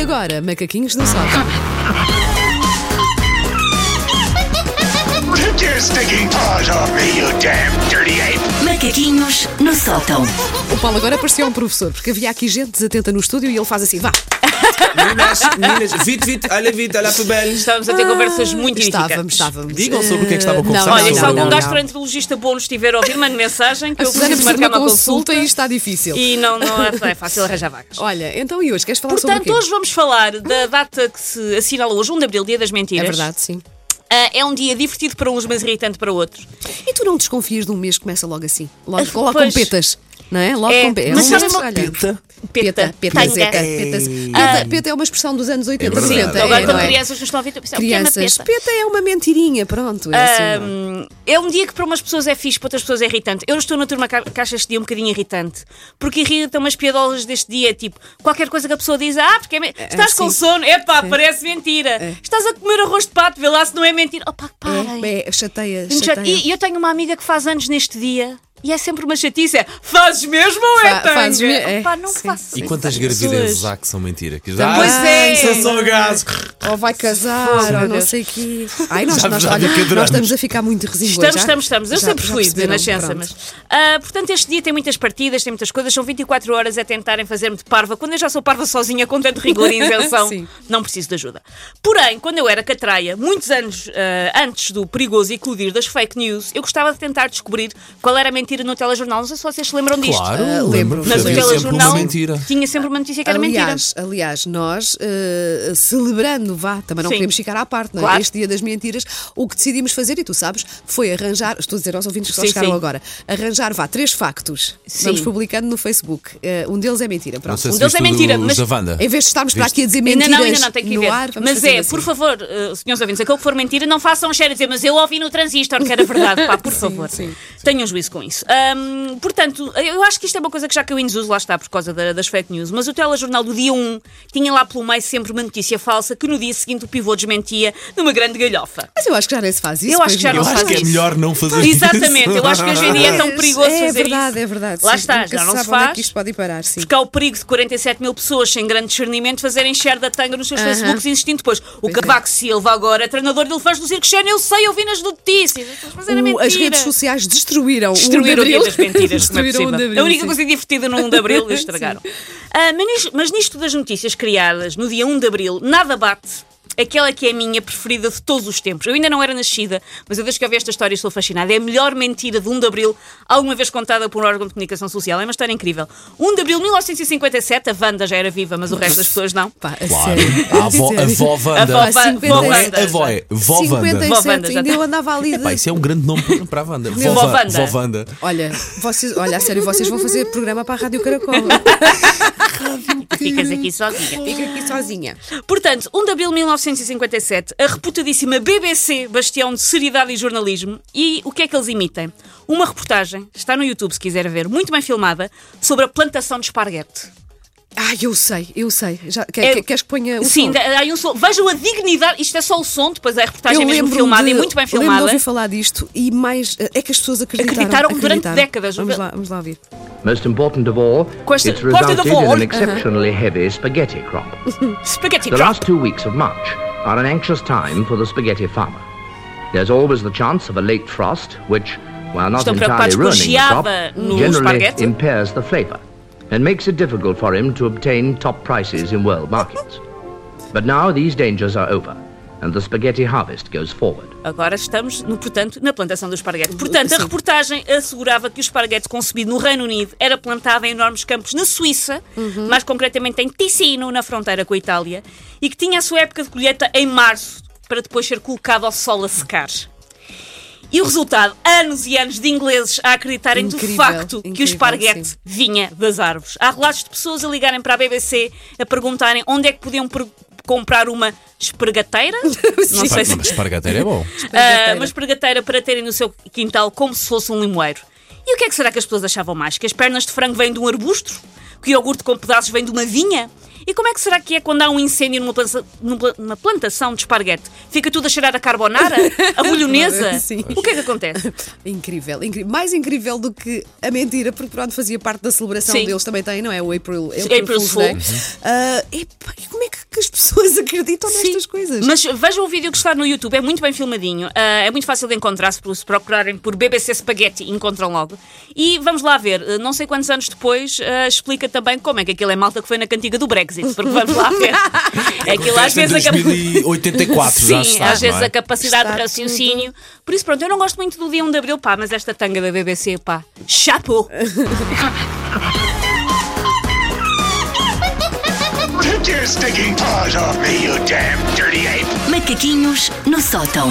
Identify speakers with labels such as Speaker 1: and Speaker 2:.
Speaker 1: Agora, macaquinhos no sótão.
Speaker 2: Take your stinking paws off me, you damn dirty ape!
Speaker 3: Macaquinhos no sótão.
Speaker 1: O Paulo agora parecia um professor, porque havia aqui gente desatenta no estúdio e ele faz assim, vá.
Speaker 4: Meninas, meninas, vite, vite, olha, vite, olha, bem.
Speaker 5: Estávamos a ter conversas muito
Speaker 1: Estávamos,
Speaker 5: edificantes.
Speaker 1: estávamos.
Speaker 4: Digam sobre o que é que estavam a conversar.
Speaker 5: Olha, se
Speaker 4: sobre-
Speaker 5: algum
Speaker 1: não, não.
Speaker 5: gastroenterologista bom nos estiver a ouvir, mande mensagem que
Speaker 1: A
Speaker 5: eu
Speaker 1: Susana
Speaker 5: preciso
Speaker 1: precisa de
Speaker 5: marcar
Speaker 1: uma
Speaker 5: uma
Speaker 1: consulta
Speaker 5: consulta.
Speaker 1: e está difícil.
Speaker 5: E não, não é, não é fácil arranjar vacas.
Speaker 1: Olha, então e hoje? Queres falar sobre o quê?
Speaker 5: Portanto, hoje vamos falar da data que se assinala hoje, 1 de Abril, Dia das
Speaker 1: É
Speaker 5: Mentiras.
Speaker 1: verdade, sim.
Speaker 5: Ah, é um dia divertido para uns, mas irritante para outros.
Speaker 1: E tu não desconfias de um mês que começa logo assim? Logo, logo com
Speaker 5: Pois.
Speaker 1: petas, não é? Logo
Speaker 5: É,
Speaker 1: com petas.
Speaker 5: mas
Speaker 1: é um
Speaker 5: sabem
Speaker 1: mês,
Speaker 5: uma-
Speaker 1: olha.
Speaker 4: Pita.
Speaker 1: Peta,
Speaker 5: Peta,
Speaker 1: peta,
Speaker 5: tanga.
Speaker 1: zeta, peta, peta, peta é uma expressão dos anos 80 e
Speaker 6: verdade.
Speaker 1: 70.
Speaker 5: Agora,
Speaker 1: é,
Speaker 5: quando
Speaker 1: não é?
Speaker 5: crianças nos estão a ouvir, eu pensava, o que é uma
Speaker 1: Crianças,
Speaker 5: peta?
Speaker 1: peta é uma mentirinha, pronto. É assim, não é?
Speaker 5: Hum, é um dia que para umas pessoas é fixe, para outras pessoas é irritante. Eu estou na turma ca- que acha este dia um bocadinho irritante, porque irritam umas piadolas deste dia, tipo, qualquer coisa que a pessoa diz, ah, porque é me- estás com
Speaker 1: sim.
Speaker 5: sono, epá, parece mentira. Estás a comer arroz de pato, vê lá se não é mentira. Opa, parem.
Speaker 1: É, chateia,
Speaker 5: Gente,
Speaker 1: chateia.
Speaker 5: E e eu tenho uma amiga que faz anos neste dia. E é sempre uma chatice, é, fazes mesmo ou é
Speaker 1: Fa-
Speaker 5: tanga?
Speaker 1: fazes me- é,
Speaker 5: Opa, não
Speaker 1: sim. Ah,
Speaker 5: faço
Speaker 6: E
Speaker 5: isso
Speaker 6: quantas
Speaker 5: às pessoas.
Speaker 6: gravidezes há que são mentira? Que Ah,
Speaker 1: Também.
Speaker 5: Pois é.
Speaker 4: Isso é só gás.
Speaker 1: Ou vai casar, ou não sei o quê. Ai, nós,
Speaker 6: Já-
Speaker 1: nós,
Speaker 6: já
Speaker 1: olha,
Speaker 6: me cadramos.
Speaker 1: nós estamos a ficar muito resingões.
Speaker 5: Estamos,
Speaker 1: já-
Speaker 5: estamos, estamos. Eu
Speaker 1: já-
Speaker 5: sempre
Speaker 1: já
Speaker 5: fui de
Speaker 1: perceberam,
Speaker 5: nascença,
Speaker 1: pronto.
Speaker 5: mas. Ah, portanto, este dia tem muitas partidas, tem muitas coisas. São 24 horas a tentarem fazer-me de parva. Quando eu já sou parva sozinha, com tanto rigor e isenção,
Speaker 1: Sim.
Speaker 5: não preciso de ajuda. Porém, quando eu era catraia, muitos anos ah, antes do perigoso eclodir das fake news, eu gostava de tentar descobrir qual era a mentira no telejornal. Não sei se vocês se lembram disto.
Speaker 6: Claro,
Speaker 1: Ah, lembro.
Speaker 6: lembro.
Speaker 5: Mas o
Speaker 1: Havia
Speaker 6: Sabia sempre
Speaker 5: telejornal
Speaker 6: uma mentira.
Speaker 5: tinha sempre uma notícia que era mentira.
Speaker 1: aliás, aliás, nós eh, celebrando, vá, também não
Speaker 5: Sim.
Speaker 1: queremos ficar à parte, não é?
Speaker 5: Claro.
Speaker 1: Este dia das mentiras, o que decidimos fazer, e tu sabes, foi arranjar, estou a dizer aos ouvintes que só
Speaker 5: Sim,
Speaker 1: chegaram
Speaker 5: sim.
Speaker 1: agora, arranjar, vá, três factos.
Speaker 5: Sim.
Speaker 1: Vamos publicando no Facebook. Eh, um deles é mentira, pronto.
Speaker 6: Não sei
Speaker 5: Um
Speaker 6: se
Speaker 5: deles
Speaker 6: viste
Speaker 5: é mentira,
Speaker 6: o
Speaker 5: mas-
Speaker 6: da Wanda.
Speaker 1: Em vez de estarmos para
Speaker 6: Viste?
Speaker 1: aqui a dizer
Speaker 5: Ainda
Speaker 1: mentiras
Speaker 5: não, ainda não, tem que ir
Speaker 1: no
Speaker 5: ver.
Speaker 1: ar, vamos
Speaker 5: mas
Speaker 1: fazer
Speaker 5: é,
Speaker 1: assim.
Speaker 5: por favor, eh, senhores ouvintes, aquilo que for mentira, não façam cheiro a dizer, mas eu ouvi no transistor que era verdade, pá, por favor. Tenham juízo com isso. Ahm, portanto, eu acho que isto é uma coisa que já caiu em desuso, lá está, por causa da- das fake news, mas o telejornal do dia 1 tinha lá pelo meio sempre uma notícia falsa que no dia seguinte o pivô desmentia numa grande galhofa.
Speaker 1: Mas eu acho que já nem se faz isso.
Speaker 5: Eu acho
Speaker 1: pois
Speaker 5: que já
Speaker 6: Eu
Speaker 5: não
Speaker 6: acho
Speaker 5: faz
Speaker 6: que é
Speaker 5: isso.
Speaker 6: melhor não fazer isso.
Speaker 5: Exatamente, eu acho que hoje em dia é tão perigoso
Speaker 1: é
Speaker 5: fazer
Speaker 1: verdade,
Speaker 5: isso.
Speaker 1: É verdade,
Speaker 5: Lá
Speaker 1: sim.
Speaker 5: está,
Speaker 1: Nunca
Speaker 5: já não se
Speaker 1: sabe onde é
Speaker 5: faz.
Speaker 1: que isto pode ir parar, sim.
Speaker 5: Porque há o perigo de 47 mil pessoas sem grande discernimento fazerem share da tanga nos seus
Speaker 1: Aham.
Speaker 5: Facebooks e insistindo depois. O
Speaker 1: Pois é.
Speaker 5: Cavaco Silva agora é treinador de elefantes do Circo Xena, eu sei, eu vi nas notícias. Mas era
Speaker 1: O-
Speaker 5: mentira.
Speaker 1: as redes sociais destruíram,
Speaker 5: Destruíram
Speaker 1: o
Speaker 5: o
Speaker 1: Um de
Speaker 5: dia
Speaker 1: Abril.
Speaker 5: das mentiras, como
Speaker 1: Destruíram
Speaker 5: é
Speaker 1: o
Speaker 5: possível.
Speaker 1: de Abril,
Speaker 5: A única
Speaker 1: sim.
Speaker 5: coisa divertida no 1 de Abril, eles estragaram. Ah, mas, nisto, mas nisto das notícias criadas no dia 1 de Abril, nada bate aquela que é a minha preferida de todos os tempos. Eu ainda não era nascida, mas eu desde que ouvi esta história estou fascinada. É a melhor mentira de 1 de Abril alguma vez contada por um órgão de comunicação social. É uma história incrível. 1 de Abril de 1957, a Wanda já era viva, mas o resto das pessoas não.
Speaker 1: Pá,
Speaker 6: Claro.
Speaker 1: sério.
Speaker 6: A avó, a vó Wanda.
Speaker 5: A
Speaker 1: Pá,
Speaker 5: vó Wanda.
Speaker 1: 57.
Speaker 6: Não é
Speaker 5: Wanda.
Speaker 6: a avó, é vó Wanda.
Speaker 1: 57,
Speaker 5: Vó Wanda, já
Speaker 1: ainda
Speaker 5: tá.
Speaker 1: eu andava ali de...
Speaker 6: Pá, isso é um grande nome para- para a Wanda. Vó
Speaker 5: Vó
Speaker 6: Va-
Speaker 5: Wanda.
Speaker 6: Vó Wanda.
Speaker 1: Olha, vocês, olha, a sério, vocês vão fazer programa para a Rádio Caracol.
Speaker 5: Ficas aqui sozinha.
Speaker 1: Fica aqui sozinha.
Speaker 5: Portanto, 1 de abril de 1957, a reputadíssima BBC, bastião de seriedade e jornalismo, e o que é que eles emitem? Uma reportagem, está no YouTube se quiser ver, muito bem filmada, sobre a plantação de esparguete.
Speaker 1: Ah, eu sei, eu sei. Já, quer-
Speaker 5: É-
Speaker 1: quer- queres que ponha o
Speaker 5: Sim,
Speaker 1: som?
Speaker 5: dá- dá aí um som. Vejam a dignidade, isto é só o som, depois é a reportagem
Speaker 1: eu
Speaker 5: mesmo
Speaker 1: lembro
Speaker 5: filmada
Speaker 1: de,
Speaker 5: e muito bem
Speaker 1: Lembro de
Speaker 5: filmada.
Speaker 1: ouvir falar disto e mais... É que as pessoas acreditaram.
Speaker 5: Acreditaram durante décadas.
Speaker 1: Vamos lá, vamos lá ouvir.
Speaker 7: Most important of all,
Speaker 5: Question-
Speaker 7: it's
Speaker 5: Question of
Speaker 7: resulted
Speaker 5: all?
Speaker 7: in an exceptionally heavy spaghetti crop.
Speaker 5: Spaghetti
Speaker 7: The
Speaker 5: drop.
Speaker 7: last two weeks of March are an anxious time for the spaghetti farmer. There's always the chance of a late frost, which, while not
Speaker 5: Estão
Speaker 7: entirely
Speaker 5: preocupados com
Speaker 7: ruining the crop,
Speaker 5: geada no
Speaker 7: generally
Speaker 5: spaghetti.
Speaker 7: impairs the flavor and makes it difficult for him to obtain top prices in world markets. But now these dangers are over, and the spaghetti harvest goes forward.
Speaker 5: Agora estamos, no, portanto, na plantação do esparguete. Portanto, a reportagem assegurava que o esparguete concebido no Reino Unido era plantado em enormes campos na Suíça,
Speaker 1: Uhum.
Speaker 5: mais concretamente em Ticino, na fronteira com a Itália, e que tinha a sua época de colheita em março, para depois ser colocado ao sol a secar. E o resultado, anos e anos de ingleses a acreditarem de
Speaker 1: Incrível,
Speaker 5: facto que
Speaker 1: incrível,
Speaker 5: o esparguete
Speaker 1: sim.
Speaker 5: vinha das árvores. Há relatos de pessoas a ligarem para a BBC a perguntarem onde é que podiam per- comprar uma espargateira. Não
Speaker 1: Sim.
Speaker 5: sei se
Speaker 6: Mas espargateira é bom.
Speaker 5: ah, uma espregateira para terem no seu quintal como se fosse um limoeiro. E o que é que será que as pessoas achavam mais? Que as pernas de frango vêm de um arbusto? Que o iogurte com pedaços vem de uma vinha? E como é que será que é quando há um incêndio numa, plança- numa- numa plantação de esparguete? Fica tudo a cheirar a carbonara? A bolonhesa?
Speaker 1: Sim.
Speaker 5: O que é que acontece?
Speaker 1: Incrível, incrível. Mais incrível do que a mentira, porque pronto, fazia parte da celebração
Speaker 5: Sim.
Speaker 1: deles, também tem, não é? O April,
Speaker 5: April
Speaker 1: Fool's Day.
Speaker 5: Fool.
Speaker 1: Ah, epá, e como é que, que as acreditam nestas coisas.
Speaker 5: Mas vejam o vídeo que está no YouTube, é muito bem filmadinho, ah, é muito fácil de encontrar, se pro- se procurarem por BBC Spaghetti, encontram logo. E vamos lá ver, ah, não sei quantos anos depois, ah, explica também como é que aquilo é malta que foi na cantiga do Brexit, porque vamos lá ver. aquilo às
Speaker 6: Acontece em
Speaker 5: vezes a cap-
Speaker 6: 2084
Speaker 5: Sim,
Speaker 6: já se sabe,
Speaker 5: às vezes
Speaker 6: não é?
Speaker 5: a capacidade de
Speaker 1: Está
Speaker 5: raciocínio. Por isso, pronto, eu não gosto muito do dia 1 de Abril, pá, mas esta tanga da BBC, pá, chapou!
Speaker 2: Take your stinking paws off me, you damn dirty ape!
Speaker 3: Macaquinhos no sótão.